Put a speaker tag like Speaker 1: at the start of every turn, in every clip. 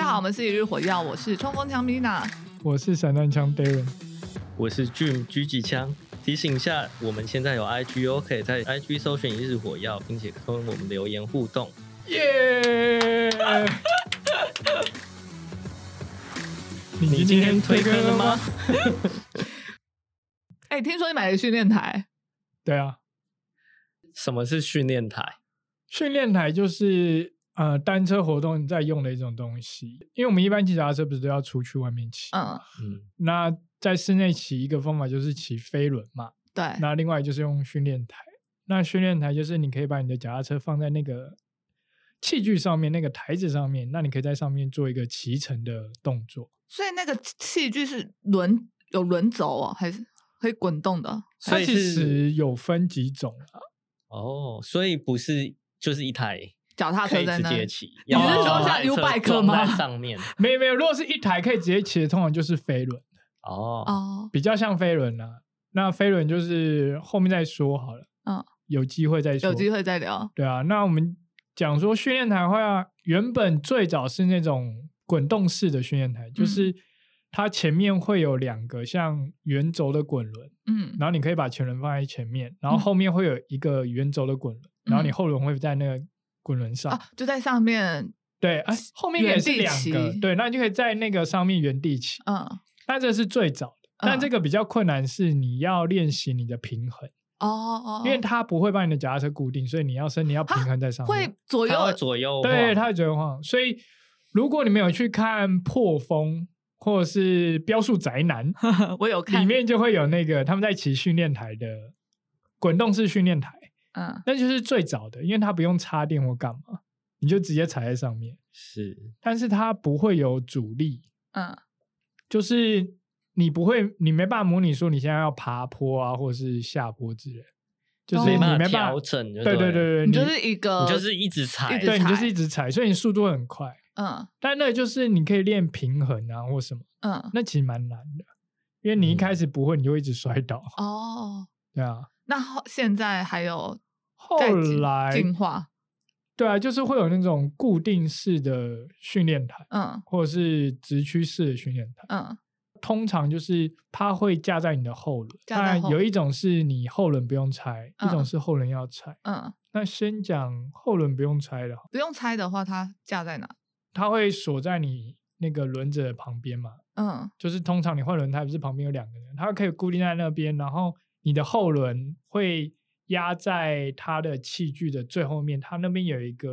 Speaker 1: 好，我们是一日火药，我是冲锋枪 Mina。
Speaker 2: 我是散弹枪 Darren，
Speaker 3: 我是 Jim 狙击枪。提醒一下，我们现在有 IG 哦，可以在 IG 搜寻一日火药，并且跟我们留言互动。
Speaker 2: 耶！你今天推坑了吗？？
Speaker 1: 哎、听说你买了训练台，
Speaker 2: 对啊，
Speaker 3: 什么是训练台？
Speaker 2: 训练台就是呃单车活动在用的一种东西，因为我们一般骑脚踏车不是都要出去外面骑？
Speaker 1: 嗯，
Speaker 3: 嗯，
Speaker 2: 那在室内骑一个方法就是骑飞轮嘛，
Speaker 1: 对，
Speaker 2: 那另外就是用训练台。那训练台就是你可以把你的脚踏车放在那个器具上面，那个台子上面，那你可以在上面做一个骑乘的动作。
Speaker 1: 所以那个器具是轮有轮轴哦，还是可以滚动的？
Speaker 2: 它
Speaker 3: 所以
Speaker 2: 其
Speaker 3: 是
Speaker 2: 实有分几种啊，
Speaker 3: 哦，所以不是就是一台
Speaker 1: 脚踏
Speaker 3: 可
Speaker 1: 车
Speaker 3: 以
Speaker 1: 在
Speaker 3: 直
Speaker 1: 那，
Speaker 3: 接骑，
Speaker 1: 你是
Speaker 3: 要
Speaker 1: 说
Speaker 3: 把
Speaker 1: 像
Speaker 3: 车
Speaker 1: U bike
Speaker 3: 装在
Speaker 1: 吗
Speaker 3: 上面
Speaker 2: 没有没有，如果是一台可以直接骑的，通常就是飞轮，
Speaker 3: 哦，
Speaker 1: 哦，
Speaker 2: 比较像飞轮啊。那飞轮就是后面再说好了，
Speaker 1: 嗯，
Speaker 2: 有机会再说。
Speaker 1: 有机会再聊。
Speaker 2: 对啊，那我们讲说训练台的话，原本最早是那种滚动式的训练台，
Speaker 1: 嗯
Speaker 2: 就是它前面会有两个像圆轴的滚轮，
Speaker 1: 嗯
Speaker 2: 然后你可以把前轮放在前面，然后
Speaker 1: 嗯
Speaker 2: 后面会有一个圆轴的滚轮，然后你
Speaker 1: 嗯
Speaker 2: 后轮会在那个滚轮上。
Speaker 1: 啊，就在上面，
Speaker 2: 对，啊，后面
Speaker 1: 原
Speaker 2: 也是
Speaker 1: 地
Speaker 2: 两个
Speaker 1: 骑，
Speaker 2: 对，那你就可以在那个上面原地骑。
Speaker 1: 嗯，
Speaker 2: 那这是最早的，但这个比较困难是你要练习你的平衡，
Speaker 1: 哦哦，哦
Speaker 2: 因为它不会把你的脚踏车固定，所以你要身体要平衡在上面。
Speaker 1: 会左右
Speaker 3: 它会左右
Speaker 2: 对，
Speaker 3: 晃
Speaker 2: 它会觉得晃。所以如果你没有去看《破风》或者是《雕塑宅男》，
Speaker 1: 我有 看
Speaker 2: 里面就会有那个他们在骑训练台的滚动式训练台，
Speaker 1: 嗯，
Speaker 2: 那就是最早的，因为它不用插电或干嘛，你就直接踩在上面，
Speaker 3: 是
Speaker 2: 但是它不会有阻力，
Speaker 1: 嗯
Speaker 2: 就是你不会，你没办法模拟说你现在要爬坡啊，或者是下坡之类，就是
Speaker 1: 哦
Speaker 2: 你
Speaker 3: 没
Speaker 2: 没
Speaker 3: 办
Speaker 2: 办
Speaker 3: 法
Speaker 2: 法
Speaker 3: 调，整就
Speaker 2: 对对
Speaker 3: 对
Speaker 2: 对对，
Speaker 3: 了，
Speaker 1: 你就是一个，
Speaker 3: 你就是一直踩，
Speaker 1: 一直
Speaker 2: 对你就是
Speaker 1: 踩
Speaker 2: 一直踩，所以你速度很快。
Speaker 1: 嗯
Speaker 2: 但那就是你可以练平衡啊或什么，
Speaker 1: 嗯
Speaker 2: 那其实蛮难的，因为你一
Speaker 3: 嗯
Speaker 2: 开始不会，你就一直摔倒，
Speaker 1: 哦，
Speaker 2: 对啊。
Speaker 1: 那后现在还有
Speaker 2: 后
Speaker 1: 再进
Speaker 2: 来，
Speaker 1: 进化，
Speaker 2: 对啊，就是会有那种固定式的训练台，
Speaker 1: 嗯
Speaker 2: 或者是直驱式的训练台，
Speaker 1: 嗯
Speaker 2: 通常就是它会架在你的后轮。
Speaker 1: 架在
Speaker 2: 那
Speaker 1: 后
Speaker 2: 有一种是你后轮不用拆，一
Speaker 1: 嗯
Speaker 2: 种是后轮要拆。
Speaker 1: 嗯，
Speaker 2: 那先讲后轮不用拆的好，
Speaker 1: 不用猜的话，它架在哪？
Speaker 2: 它会锁在你那个轮子的旁边嘛，
Speaker 1: 嗯
Speaker 2: 就是通常你换轮胎不是旁边有两个人，它可以固定在那边，然后你的后轮会压在它的器具的最后面，它那边有一个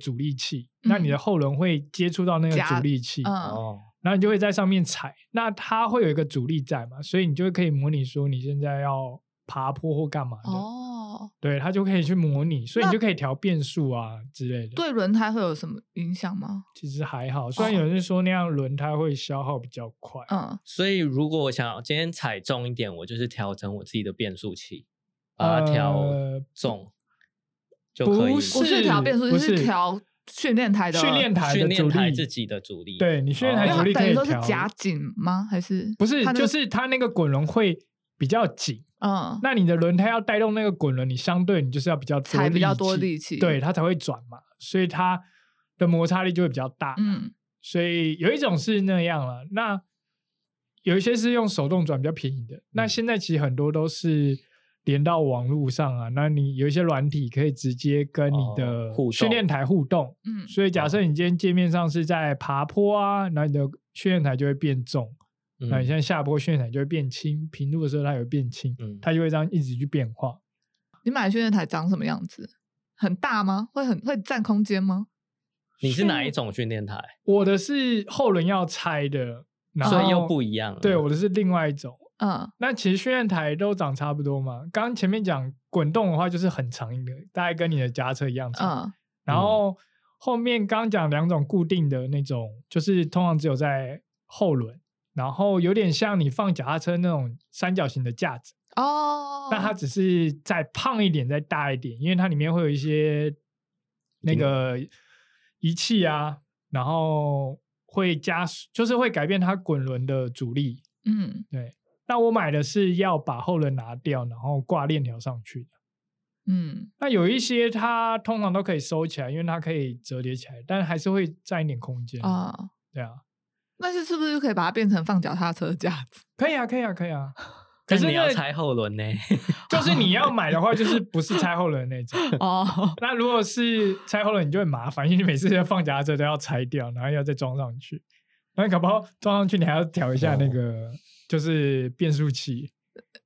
Speaker 2: 阻力器，那你的
Speaker 1: 嗯
Speaker 2: 后轮会接触到那个
Speaker 1: 夹
Speaker 2: 阻力器，
Speaker 1: 嗯
Speaker 3: 哦，
Speaker 2: 然后你就会在上面踩，那它会有一个阻力在嘛，所以你就可以模拟说你现在要爬坡或干嘛的，
Speaker 1: 哦，
Speaker 2: 对，它就可以去模拟，所以
Speaker 1: 那
Speaker 2: 你就可以调变速啊之类的。
Speaker 1: 对轮胎会有什么影响吗？
Speaker 2: 其实还好，虽然
Speaker 1: 哦
Speaker 2: 有人说那样轮胎会消耗比较快，
Speaker 1: 嗯
Speaker 3: 所以如果我想要今天踩重一点，我就是调整我自己的变速器，把它调
Speaker 2: 呃
Speaker 3: 重、就可以了。
Speaker 2: 不
Speaker 1: 不是调变速器
Speaker 2: 不
Speaker 1: 是调训练台的
Speaker 2: 训练台
Speaker 3: 训
Speaker 2: 的
Speaker 3: 练
Speaker 2: 阻
Speaker 3: 台
Speaker 2: 力
Speaker 3: 自己的阻力，哦
Speaker 2: 对你训练台
Speaker 1: 因
Speaker 2: 阻
Speaker 1: 为
Speaker 2: 力
Speaker 1: 它
Speaker 2: 可
Speaker 1: 等于
Speaker 2: 以
Speaker 1: 说是
Speaker 2: 调
Speaker 1: 夹紧吗？还是
Speaker 2: 不是
Speaker 1: 它那个
Speaker 2: 就是它那个滚轮会比较紧，
Speaker 1: 嗯
Speaker 2: 那你的轮胎要带动那个滚轮，你相对你就是要比较多
Speaker 1: 才比较多
Speaker 2: 力
Speaker 1: 力气？
Speaker 2: 气，对，它才会转嘛，所以它的摩擦力就会比较大。
Speaker 1: 嗯
Speaker 2: 所以有一种是那样了，那有一些是用手动转比较便宜的，那
Speaker 3: 嗯
Speaker 2: 现在其实很多都是。连到网络上啊，那你有一些软体可以直接跟你
Speaker 3: 哦
Speaker 2: 的
Speaker 3: 互动哦
Speaker 2: 训练台互动，
Speaker 1: 嗯
Speaker 2: 所以假设你今天界面上是在爬坡啊，那你的训练台就会变重，
Speaker 3: 嗯，
Speaker 2: 那、你现在下坡训练台就会变轻，平路的时候它也会变轻，
Speaker 3: 嗯
Speaker 2: 它就会这样一直去变化。
Speaker 1: 你买的训练台长什么样子？很大吗？会很会占空间吗？
Speaker 3: 你是哪一种训练台？
Speaker 2: 我的是后轮要拆的，然后
Speaker 3: 所以又不一样了。
Speaker 2: 对，我的是另外一种。
Speaker 1: 嗯
Speaker 2: 那其实训练台都长差不多嘛。刚刚前面讲滚动的话，就是很长一个，大概跟你的夹车一样长。
Speaker 1: 嗯
Speaker 2: 然后后面刚讲两种固定的那种，就是通常只有在后轮，然后有点像你放脚踏车那种三角形的架子，
Speaker 1: 哦，
Speaker 2: 那它只是再胖一点，再大一点，因为它里面会有一些那个仪器啊，然后会加，就是会改变它滚轮的阻力。
Speaker 1: 嗯
Speaker 2: 对，那我买的是要把后轮拿掉，然后挂链条上去的。
Speaker 1: 嗯
Speaker 2: 那有一些
Speaker 3: 哦
Speaker 2: 它通常都可以收起来，因为它可以折叠起来，但还是会占一点空间。
Speaker 1: 啊
Speaker 2: 对啊，
Speaker 1: 但是是不是就可以把它变成放脚踏车的架子？
Speaker 2: 可以啊，可以啊，可以啊。 可
Speaker 3: 但
Speaker 2: 是
Speaker 3: 你要
Speaker 2: 那
Speaker 3: 拆后轮呢？
Speaker 2: 就是你要买的话，就是不是拆后轮那种。
Speaker 1: 哦，
Speaker 2: 那如果是拆后轮，你就很麻烦，因为你每次要放夹车都要拆掉，然后要再装上去，然后搞不好装上去你还要调一
Speaker 3: 哦
Speaker 2: 下那个、就是变速器。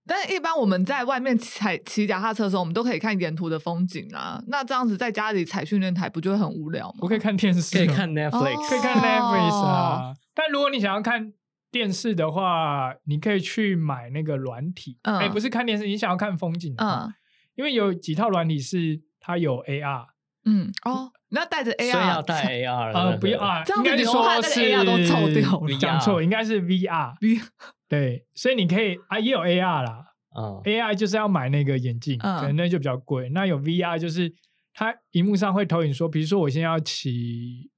Speaker 1: 但一般我们在外面踩骑脚踏车的时候，我们都可以看沿途的风景啊。那这样子在家里踩训练台不就会很无聊吗？
Speaker 2: 我可以看电视，
Speaker 3: 可以看 Netflix，
Speaker 2: 哦可以看
Speaker 1: 哦
Speaker 2: Netflix 啊。但如果你想要看电视的话，你可以去买那个软体，哎、
Speaker 1: 嗯
Speaker 2: 不是看电视，你想要看风景的话，
Speaker 1: 嗯
Speaker 2: 因为有几套软体是它有 AR，
Speaker 1: 嗯哦，你要带着
Speaker 3: 所以
Speaker 1: AR
Speaker 3: 要带 AR
Speaker 2: 呃，
Speaker 3: 了。
Speaker 2: 不要啊，
Speaker 1: 这样子
Speaker 2: 应该是
Speaker 1: 你的话
Speaker 2: 说
Speaker 1: 那个
Speaker 2: 是
Speaker 1: AR 都臭掉
Speaker 3: 了
Speaker 2: 讲错，应该是 VR。
Speaker 1: V
Speaker 2: 对，所以你可以啊，也有 AR 啦
Speaker 3: 啊，
Speaker 2: ，AR 就是要买那个眼镜，
Speaker 1: 嗯
Speaker 2: 可能那就比较贵。那有 VR 就是它荧幕上会投影说，比如说我现在要骑，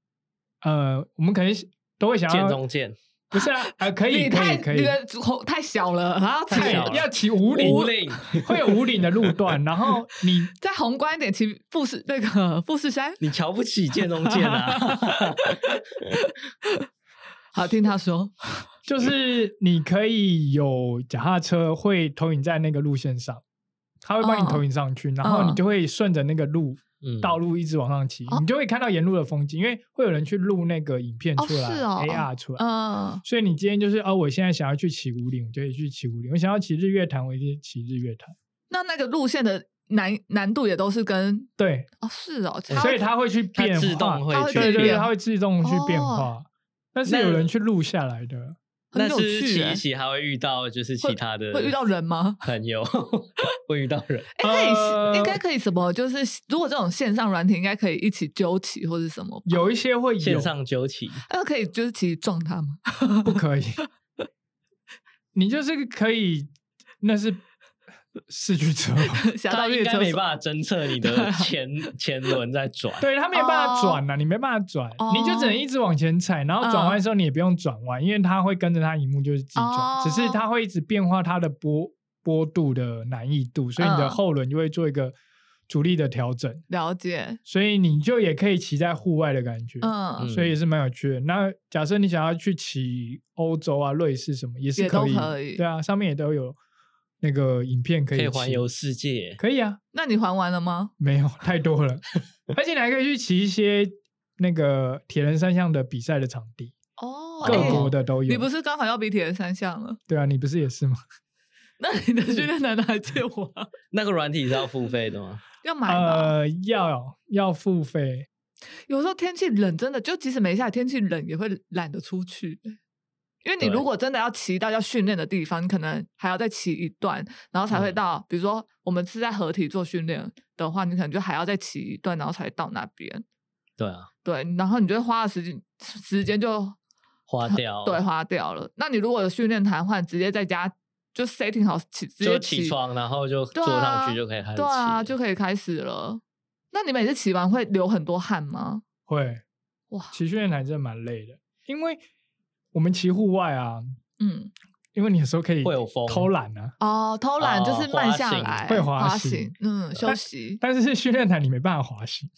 Speaker 2: 呃，我们可能都会想
Speaker 3: 剑
Speaker 2: 要
Speaker 3: 中，剑，
Speaker 2: 不 是啊，呃，可以
Speaker 1: 你
Speaker 2: 可
Speaker 1: 太
Speaker 2: 以可
Speaker 1: 你
Speaker 2: 以，
Speaker 1: 的口太小了，然后
Speaker 3: 太
Speaker 1: 踩
Speaker 3: 小了
Speaker 2: 要骑五岭，
Speaker 3: 五岭
Speaker 2: 会有五岭的路 段，然后你
Speaker 1: 再宏观一点，骑富士那 个富士山。
Speaker 3: 你瞧不起剑中剑啊？
Speaker 1: 好，听他 说，
Speaker 2: 就是你可以有脚踏车会投影在那个路线上，它会帮你
Speaker 1: 嗯
Speaker 2: 投影上去，然后你就会顺着那个路。
Speaker 3: 嗯
Speaker 2: 道路一直往上骑，
Speaker 1: 哦
Speaker 2: 你就会看到沿路的风景，因为会有人去录那个影片
Speaker 1: 哦
Speaker 2: 出来、
Speaker 1: 是哦
Speaker 2: a r 出来。
Speaker 1: 嗯
Speaker 2: 所以你今天就是哦，我现在想要去骑五岭，我就去骑五岭；我想要骑日月潭，我就骑日月潭。
Speaker 1: 那那个路线的难难度也都是跟
Speaker 2: 对，
Speaker 1: 哦是哦，
Speaker 2: 哎所以它会去
Speaker 3: 它
Speaker 2: 变化，
Speaker 3: 自动
Speaker 1: 它
Speaker 3: 会
Speaker 1: 会自己
Speaker 2: 对对对，
Speaker 1: 变
Speaker 3: 去。
Speaker 2: 它会自动去变
Speaker 1: 哦
Speaker 2: 化。但是
Speaker 3: 那
Speaker 2: 有人去录下来的，
Speaker 1: 很
Speaker 3: 那
Speaker 1: 有
Speaker 3: 是
Speaker 1: 趣
Speaker 3: 骑
Speaker 2: 欸
Speaker 3: 一
Speaker 1: 耶，
Speaker 3: 骑还会遇到就是其他的
Speaker 1: 会遇到人吗？
Speaker 3: 朋友， 会遇到人。
Speaker 1: 哎，可以是、
Speaker 2: 呃
Speaker 1: 应该可以什么？就是如果这种线上软体，应该可以一起揪起或者什么吧？
Speaker 2: 有一些会有
Speaker 3: 线，上纠起，
Speaker 1: 那可以就是起撞他吗？
Speaker 2: 不可以。 你就是可以，那是 四驱 车吧，
Speaker 1: 侠
Speaker 3: 他
Speaker 1: 盗
Speaker 3: 应
Speaker 1: 猎
Speaker 3: 该
Speaker 1: 车
Speaker 3: 没
Speaker 1: 手
Speaker 3: 办法侦测 你的前前轮在转。
Speaker 2: 对它没办法转啊呐、你没办法转，
Speaker 1: 哦嗯
Speaker 2: 你就只能一直往前踩，然后转弯的时候你也不用转弯，因为它会跟着它荧幕就是自己转，
Speaker 1: 哦
Speaker 2: 只是它会一直变化它的波波度的难易度，所以你的
Speaker 1: 嗯
Speaker 2: 后轮就会做一个阻力的调整，
Speaker 1: 了解，
Speaker 2: 所以你就也可以骑在户外的感觉，
Speaker 1: 嗯，
Speaker 2: 所以也是蛮有趣的。那假设你想要去骑欧洲啊、瑞士什么，也是
Speaker 1: 也都
Speaker 2: 可以，
Speaker 1: 可以
Speaker 2: 对啊，上面也都有那个影片可以
Speaker 3: 可以
Speaker 2: 骑
Speaker 3: 环游世界。
Speaker 2: 可以啊，
Speaker 1: 那你还完了吗？
Speaker 2: 没有太多了， 而且你还可以去骑一些那个铁人三项的比赛的场地，
Speaker 1: 哦，
Speaker 2: 各
Speaker 1: 哎
Speaker 2: 国的都有。
Speaker 1: 你不是刚好要比铁人三项了？
Speaker 2: 对啊，你不是也是吗？
Speaker 1: 那你的训练难道还借我啊？
Speaker 3: 那个软体是要付费的吗？
Speaker 1: 要买吧。
Speaker 2: 呃，要要付费，
Speaker 1: 有时候天气冷，真的就即使没下雨，天气冷也会懒得出去。因为你
Speaker 3: 对
Speaker 1: 如果真的要骑到要训练的地方，你可能还要再骑一段，然后才会
Speaker 3: 嗯
Speaker 1: 到。比如说我们是在合体做训练的话，你可能就还要再骑一段，然后才到那边。
Speaker 3: 对啊，
Speaker 1: 对，然后你就会花的时间时间就
Speaker 3: 花掉。
Speaker 1: 对，花掉了。那你如果有训练谈话，你直接在家就 setting 好起，直
Speaker 3: 就
Speaker 1: 接
Speaker 3: 起
Speaker 1: 骑，
Speaker 3: 床，然后就
Speaker 1: 对
Speaker 3: 坐
Speaker 1: 啊
Speaker 3: 上去就可以开始骑
Speaker 1: 对
Speaker 3: 了。
Speaker 1: 啊，就可以开始了。那你每次骑完会流很多汗吗？
Speaker 2: 会
Speaker 1: 哇
Speaker 2: 骑训练台真的蛮累的，因为我们骑户外啊，
Speaker 1: 嗯，
Speaker 2: 因为你有时候可以
Speaker 3: 会有风
Speaker 2: 偷懒啊，
Speaker 1: 哦，偷懒就
Speaker 3: 哦
Speaker 1: 是慢
Speaker 3: 滑
Speaker 1: 下
Speaker 3: 行
Speaker 1: 来，
Speaker 2: 会滑
Speaker 1: 滑
Speaker 2: 行
Speaker 1: 嗯，休
Speaker 2: 但
Speaker 1: 息。
Speaker 2: 但是训练台你没办法滑行，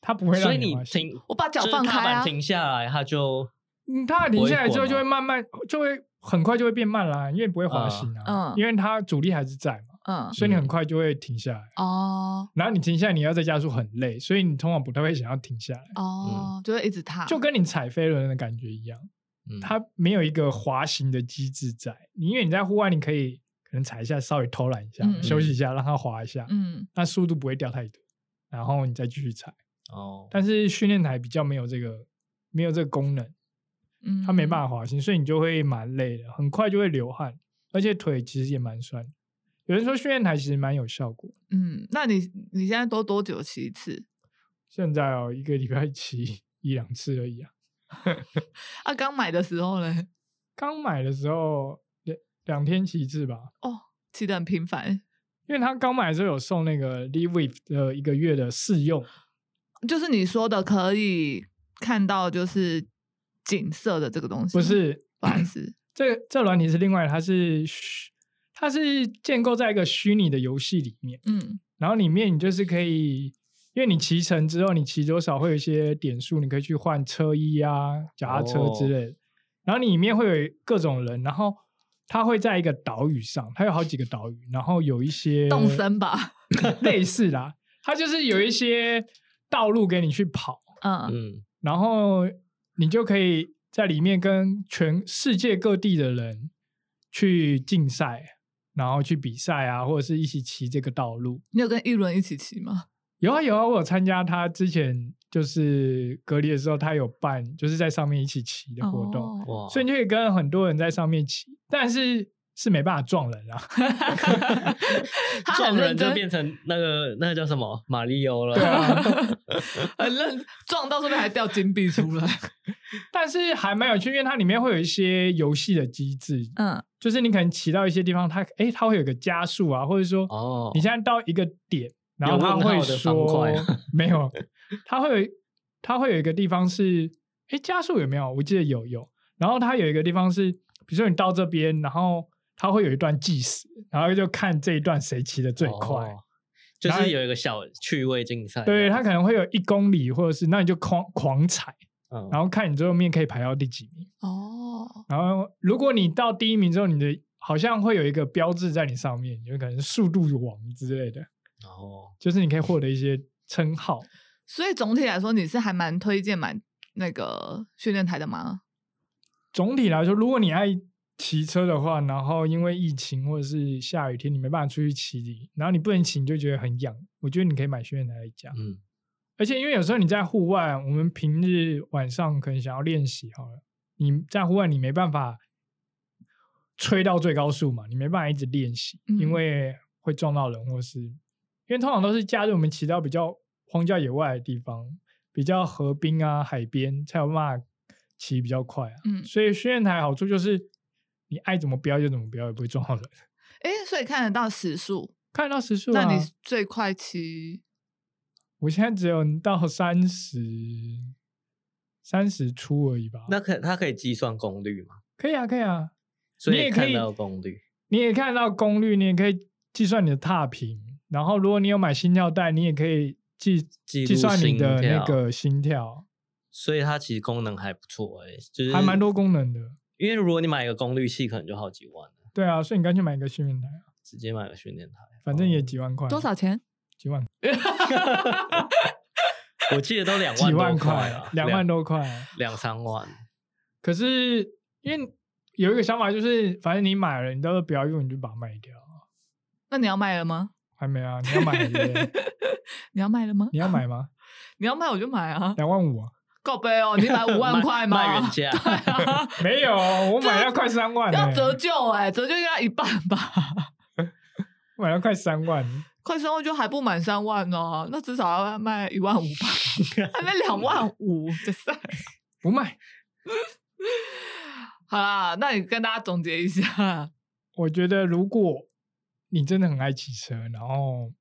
Speaker 2: 它不会
Speaker 3: 所
Speaker 2: 让
Speaker 3: 以你
Speaker 2: 滑行。
Speaker 3: 停，
Speaker 1: 我把脚
Speaker 3: 就是
Speaker 1: 放
Speaker 3: 踏
Speaker 1: 开
Speaker 3: 板
Speaker 1: 啊
Speaker 3: 停下来，它就
Speaker 2: 嗯，它停下来之后
Speaker 3: 不
Speaker 2: 就会
Speaker 3: 会滚哦吗
Speaker 2: 慢慢，就会很快就会变慢啦，因为不会滑行啊，
Speaker 1: 嗯
Speaker 2: 因为它阻力还是在嘛，
Speaker 1: 嗯，
Speaker 2: 所以你很快就会停下来。
Speaker 1: 哦
Speaker 2: 然后你停下来，你要再加速很累，所以你通常不太会想要停下来，
Speaker 1: 哦，就会一直踏，
Speaker 2: 就跟你踩飞轮的感觉一样，
Speaker 3: 嗯
Speaker 2: 它没有一个滑行的机制在。你因为你在户外，你可以可能踩一下，稍微偷懒一下，
Speaker 1: 嗯
Speaker 2: 休息一下，让它滑一下，
Speaker 1: 嗯
Speaker 2: 那速度不会掉太多，然后你再继续踩。
Speaker 3: 哦，
Speaker 2: 但是训练台比较没有这个没有这个功能，
Speaker 1: 嗯，
Speaker 2: 它没办
Speaker 1: 法。
Speaker 2: 法滑行，所以你就会蛮累的，很快就会流汗，而且腿其实也蛮酸的。有人说训练台其实蛮有效果，
Speaker 1: 嗯，那你你现在都多久骑一次？
Speaker 2: 现在哦一个礼拜 骑一两次而已啊。
Speaker 1: 啊，刚买的时候嘞，
Speaker 2: 刚买的时候两两天骑一次吧，
Speaker 1: 哦，骑得很频繁，
Speaker 2: 因为他刚买的时候有送那个 Live 的一个月的试用，
Speaker 1: 就是你说的可以看到就是景色的这个东西，
Speaker 2: 不，是
Speaker 1: 不好意思，
Speaker 2: 这这软体是另外，它是虚它是建构在一个虚拟的游戏里面，
Speaker 1: 嗯
Speaker 2: 然后里面你就是可以因为你骑乘之后，你骑多少会有一些点数，你可以去换车衣啊、脚踏车之类的。然后你里面会有各种人，然后它会在一个岛屿上，它有好几个岛屿，然后有一些
Speaker 1: 动森吧，
Speaker 2: 类似啦，它就是有一些道路给你去跑，
Speaker 1: 嗯，
Speaker 3: 嗯，
Speaker 2: 然后你就可以在里面跟全世界各地的人去竞赛，然后去比赛啊，或者是一起骑这个道路。
Speaker 1: 你有跟一轮一起骑吗？
Speaker 2: 有啊有啊，我有参加他之前就是隔离的时候，他有办就是在上面一起骑的活动，
Speaker 1: 哦
Speaker 3: 哇，
Speaker 2: 所以你就可以跟很多人在上面骑，但是是没办法撞人啊。
Speaker 1: 他很
Speaker 3: 撞人
Speaker 1: 认
Speaker 3: 就
Speaker 1: 真，
Speaker 3: 变成那个那个叫什么马里欧了，
Speaker 2: 对啊
Speaker 1: 很认撞到这边还掉金币出来，
Speaker 2: 但是还蛮有趣，因为它里面会有一些游戏的机制，
Speaker 1: 嗯，
Speaker 2: 就是你可能骑到一些地方，它诶它会有个加速啊，或者说
Speaker 3: 哦
Speaker 2: 你现在到一个点，然后
Speaker 3: 有
Speaker 2: 它
Speaker 3: 问号
Speaker 2: 会
Speaker 3: 的方
Speaker 2: 说
Speaker 3: 块啊
Speaker 2: 没有，它会有它会有一个地方是诶加速有没有？我记得有有，然后它有一个地方是，比如说你到这边，然后它会有一段计时，然后就看这一段谁骑的最快。
Speaker 3: 哦就
Speaker 2: 然后
Speaker 3: 是有一个小趣味竞赛这样，
Speaker 2: 对，它可能会有一公里，或者是那你就狂狂踩，
Speaker 3: 嗯，
Speaker 2: 然后看你最后面可以排到第几名。
Speaker 1: 哦，
Speaker 2: 然后如果你到第一名之后，你的好像会有一个标志在你上面，有可能是速度王之类的，
Speaker 3: 哦，
Speaker 2: 就是你可以获得一些称号。
Speaker 1: 所以总体来说，你是还蛮推荐买那个训练台的吗？
Speaker 2: 总体来说，如果你爱骑车的话，然后因为疫情或者是下雨天，你没办法出去骑，然后你不能骑，你就觉得很痒。我觉得你可以买训练台来家，
Speaker 3: 嗯，
Speaker 2: 而且因为有时候你在户外，我们平日晚上可能想要练习好了，你在户外你没办法吹到最高速嘛，你没办法一直练习，
Speaker 1: 嗯
Speaker 2: 因为会撞到人，或是因为通常都是假日我们骑到比较荒郊野外的地方，比较河滨啊、海边才有办法骑比较快啊。
Speaker 1: 嗯
Speaker 2: 所以训练台好处就是你爱怎么飙就怎么飙，也不会撞到人。
Speaker 1: 诶，所以看得到时速，
Speaker 2: 看得到时速、啊，
Speaker 1: 那你最快骑
Speaker 2: 我现在只有 到三十三十出而已吧。
Speaker 3: 那可它可以计算功率嘛？
Speaker 2: 可以啊，可以啊，
Speaker 3: 所
Speaker 2: 你也
Speaker 3: 以
Speaker 2: 可以
Speaker 3: 看到功率，
Speaker 2: 你也看得到功率，你也可以计算你的踏频，然后如果你有买心跳带，你也可以计
Speaker 3: 记录
Speaker 2: 计算你的
Speaker 3: 心跳
Speaker 2: 那个心跳，
Speaker 3: 所以它其实功能还不错哎，就是
Speaker 2: 还蛮多功能的。
Speaker 3: 因为如果你买一个功率器，可能就好几万了，
Speaker 2: 对啊，所以你干脆买一个训练台啊，
Speaker 3: 直接买个训练台，
Speaker 2: 反正也
Speaker 3: 哦
Speaker 2: 几万块，
Speaker 1: 多？少钱？
Speaker 2: 几万，
Speaker 3: 哦我记得都两
Speaker 2: 几万
Speaker 3: 多块
Speaker 2: 块
Speaker 3: 啊，，
Speaker 2: 两万多块。
Speaker 3: 两三万，
Speaker 2: 可是因为有一个想法就是，反正你买了，你到时候不要用，你就把它卖掉。啊
Speaker 1: 那你要卖了吗？
Speaker 2: 还没啊，你要买对不对
Speaker 1: 你要卖了吗？
Speaker 2: 你要买吗？
Speaker 1: 你要卖我就买啊！
Speaker 2: 两万五啊？
Speaker 1: 告白哦，你买五万块吗？
Speaker 3: 卖卖原价
Speaker 1: 对啊，
Speaker 2: 没有，我买要快三万、
Speaker 1: 要
Speaker 2: 欸，
Speaker 1: 折旧哎、折旧应该一半吧。
Speaker 2: 我买要快三万。
Speaker 1: 快三万就还不满三万哦，那至少要卖一万五吧，还没两万五，这塞。
Speaker 2: 不卖，
Speaker 1: 好啦，那你跟大家总结一下，
Speaker 2: 我觉得如果你真的很爱骑车，然后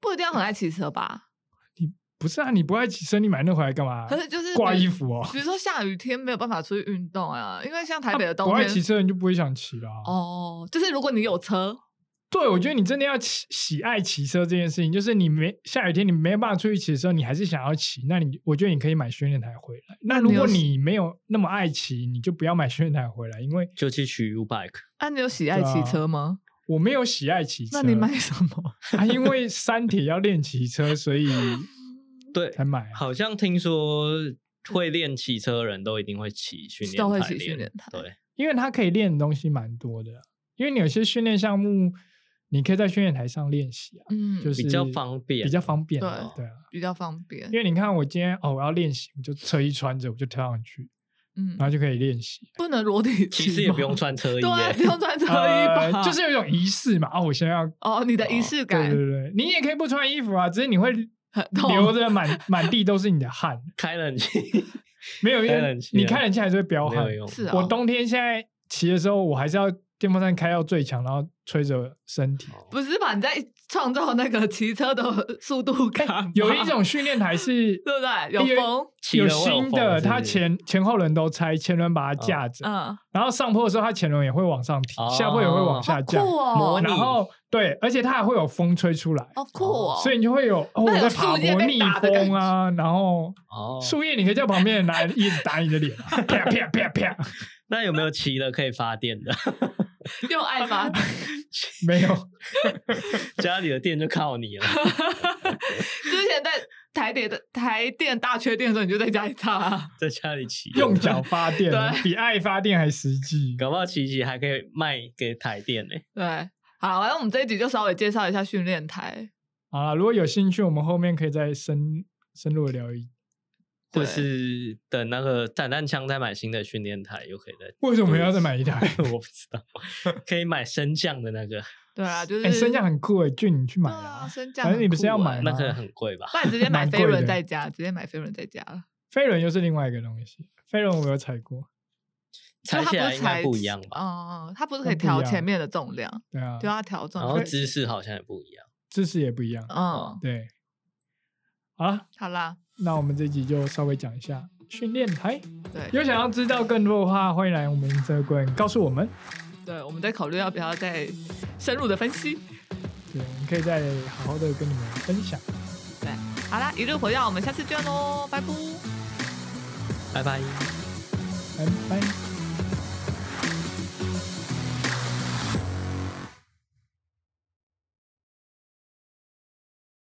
Speaker 1: 不一定要很爱骑车吧，
Speaker 2: 不是啊，你不爱骑车，你买那回来干嘛？
Speaker 1: 可是就是
Speaker 2: 挂
Speaker 1: 比
Speaker 2: 衣服哦。
Speaker 1: 比如说下雨天没有办法出去运动啊，因为像台北的冬
Speaker 2: 不爱骑
Speaker 1: 天。
Speaker 2: 车，你就不会想骑啦、
Speaker 1: 哦，就是如果你有车，
Speaker 2: 对，我觉得你真的要喜喜爱骑车这件事情，就是你没下雨天你没办法出去骑的时候，你还是想要骑，那你我觉得你可以买训练台回来。那如
Speaker 1: 你有
Speaker 2: 果
Speaker 1: 喜
Speaker 2: 你没有那么爱骑，你就不要买训练台回来，因为
Speaker 3: 就去取 U bike，
Speaker 1: 那、啊你有喜爱骑车吗？
Speaker 2: 我没有喜爱啊骑车。
Speaker 1: 那你买什么？
Speaker 2: 啊，因为三铁要练骑车，所以
Speaker 3: 对，
Speaker 2: 才买、啊。
Speaker 3: 好像听说会练骑车的人都一定会骑训练台
Speaker 1: 都会骑
Speaker 3: 练，
Speaker 1: 训练台
Speaker 3: 对，
Speaker 2: 因为它可以练的东西蛮多的，因为你有些训练项目，你可以在训练台上练习啊，
Speaker 1: 嗯，
Speaker 2: 就是
Speaker 3: 比较方便
Speaker 2: 比较方便啊。
Speaker 1: 对
Speaker 2: 对啊，
Speaker 1: 嗯比较方便
Speaker 2: 因。为你看我今天哦，我要练习，我就车衣穿着，我就跳上去，
Speaker 1: 嗯
Speaker 2: 然，后就可以练习。
Speaker 1: 不能裸体骑吗，
Speaker 3: 其实也不用穿车衣
Speaker 1: 对啊，
Speaker 3: 耶
Speaker 1: 不，用穿车衣吧？
Speaker 2: 呃，就是有一种仪式嘛。哦，我现在要。
Speaker 1: 哦，你的仪式
Speaker 2: 对
Speaker 1: 感
Speaker 2: 对对，你也可以不穿衣服啊，只是你会
Speaker 1: 很
Speaker 2: 流
Speaker 1: 痛。
Speaker 2: 的满满地都是你的汗，
Speaker 3: 开冷气
Speaker 2: 没有，因
Speaker 3: 开
Speaker 2: 为
Speaker 3: 冷气啊
Speaker 2: 你开冷气还是会飙
Speaker 3: 没有
Speaker 2: 汗。
Speaker 3: 用，
Speaker 1: 是啊
Speaker 2: 我冬天现在骑的时候，我还是要电风扇开到最强，然后吹着身体。
Speaker 3: 哦
Speaker 1: 不是吧？你在创造那个骑车的速度感吧，
Speaker 2: 有一种训练台是
Speaker 1: 对不对？有风，
Speaker 3: 骑
Speaker 2: 有
Speaker 3: 了会有
Speaker 2: 新
Speaker 3: 风
Speaker 2: 的，
Speaker 3: 是不
Speaker 2: 它
Speaker 3: 是
Speaker 2: 前前后轮都拆，前轮把它架着，
Speaker 1: 嗯，
Speaker 2: 然后上坡的时候，它前轮也会往上提，
Speaker 3: 哦
Speaker 2: 下坡也会往下
Speaker 1: 好酷
Speaker 2: 降，
Speaker 1: 哦
Speaker 3: 模，拟
Speaker 2: 然后对，而且它还会有风吹出来，
Speaker 1: 好酷哦，
Speaker 2: 所以你就会有哦，我
Speaker 1: 那有
Speaker 2: 在爬
Speaker 1: 树叶
Speaker 2: 摩
Speaker 1: 被
Speaker 2: 逆
Speaker 1: 打的感
Speaker 2: 风啊，然后
Speaker 3: 哦，
Speaker 2: 树叶你可以叫旁边人来一直打你的脸啊，啪啪啪啪，
Speaker 3: 那有没有骑了可以发电的？
Speaker 1: 用爱发 电，
Speaker 2: 没有，
Speaker 3: 家里的电就靠你了。
Speaker 1: 之前在台铁的台电大缺电的时候，你就在家里唱啊，
Speaker 3: 在家里骑，
Speaker 2: 用脚发电
Speaker 1: 对
Speaker 2: 比爱发电还实际。
Speaker 3: 搞不好骑骑还可以卖给台电呢、
Speaker 1: 对。好，反正我们这一集就稍微介绍一下训练台，
Speaker 2: 好啦，如果有兴趣，我们后面可以再深深入地聊一。
Speaker 1: 对
Speaker 3: 或是等那个散弹枪再买新的训练台，又可以再。
Speaker 2: 为什么要再买一台？
Speaker 3: 我不知道，可以买升降的那个，
Speaker 1: 对啊，就是、
Speaker 2: 哎，升降很酷哎，俊你去买
Speaker 1: 对啊，
Speaker 2: 啊！
Speaker 1: 升降
Speaker 2: 反正
Speaker 1: 很
Speaker 2: 你不是
Speaker 1: 酷
Speaker 2: 要
Speaker 1: 欸
Speaker 2: 买吗
Speaker 3: 那个很贵吧？
Speaker 1: 不然直接买
Speaker 2: 蛮
Speaker 1: 飞
Speaker 2: 贵
Speaker 1: 轮
Speaker 2: 的
Speaker 1: 在家，直接买飞轮在家了。
Speaker 2: 飞轮又是另外一个东西，飞轮我有踩过，
Speaker 1: 就
Speaker 3: 踩
Speaker 1: 它
Speaker 3: 起来
Speaker 1: 是
Speaker 3: 应该
Speaker 1: 踩
Speaker 3: 不一样吧？
Speaker 1: 哦，它不是
Speaker 2: 它
Speaker 1: 可以
Speaker 2: 不一
Speaker 1: 调
Speaker 2: 样
Speaker 1: 前面的重量，
Speaker 2: 对啊，
Speaker 1: 就要调重
Speaker 3: 然
Speaker 1: 量。
Speaker 3: 后哦姿势好像也不一样。
Speaker 2: 姿势也不一样，
Speaker 1: 嗯，
Speaker 2: 对。好了，
Speaker 1: 好啦，
Speaker 2: 那我们这集就稍微讲一下训练台。
Speaker 1: 对
Speaker 2: 有想要知道更多的话，欢迎来我们这柜告诉我们。
Speaker 1: 对，我们在考虑要不要再深入的分析。
Speaker 2: 对，我们可以再好好的跟你们分享。
Speaker 1: 对，好啦，一路回到我们下次见喽，拜拜。
Speaker 3: 拜拜。
Speaker 2: 拜拜。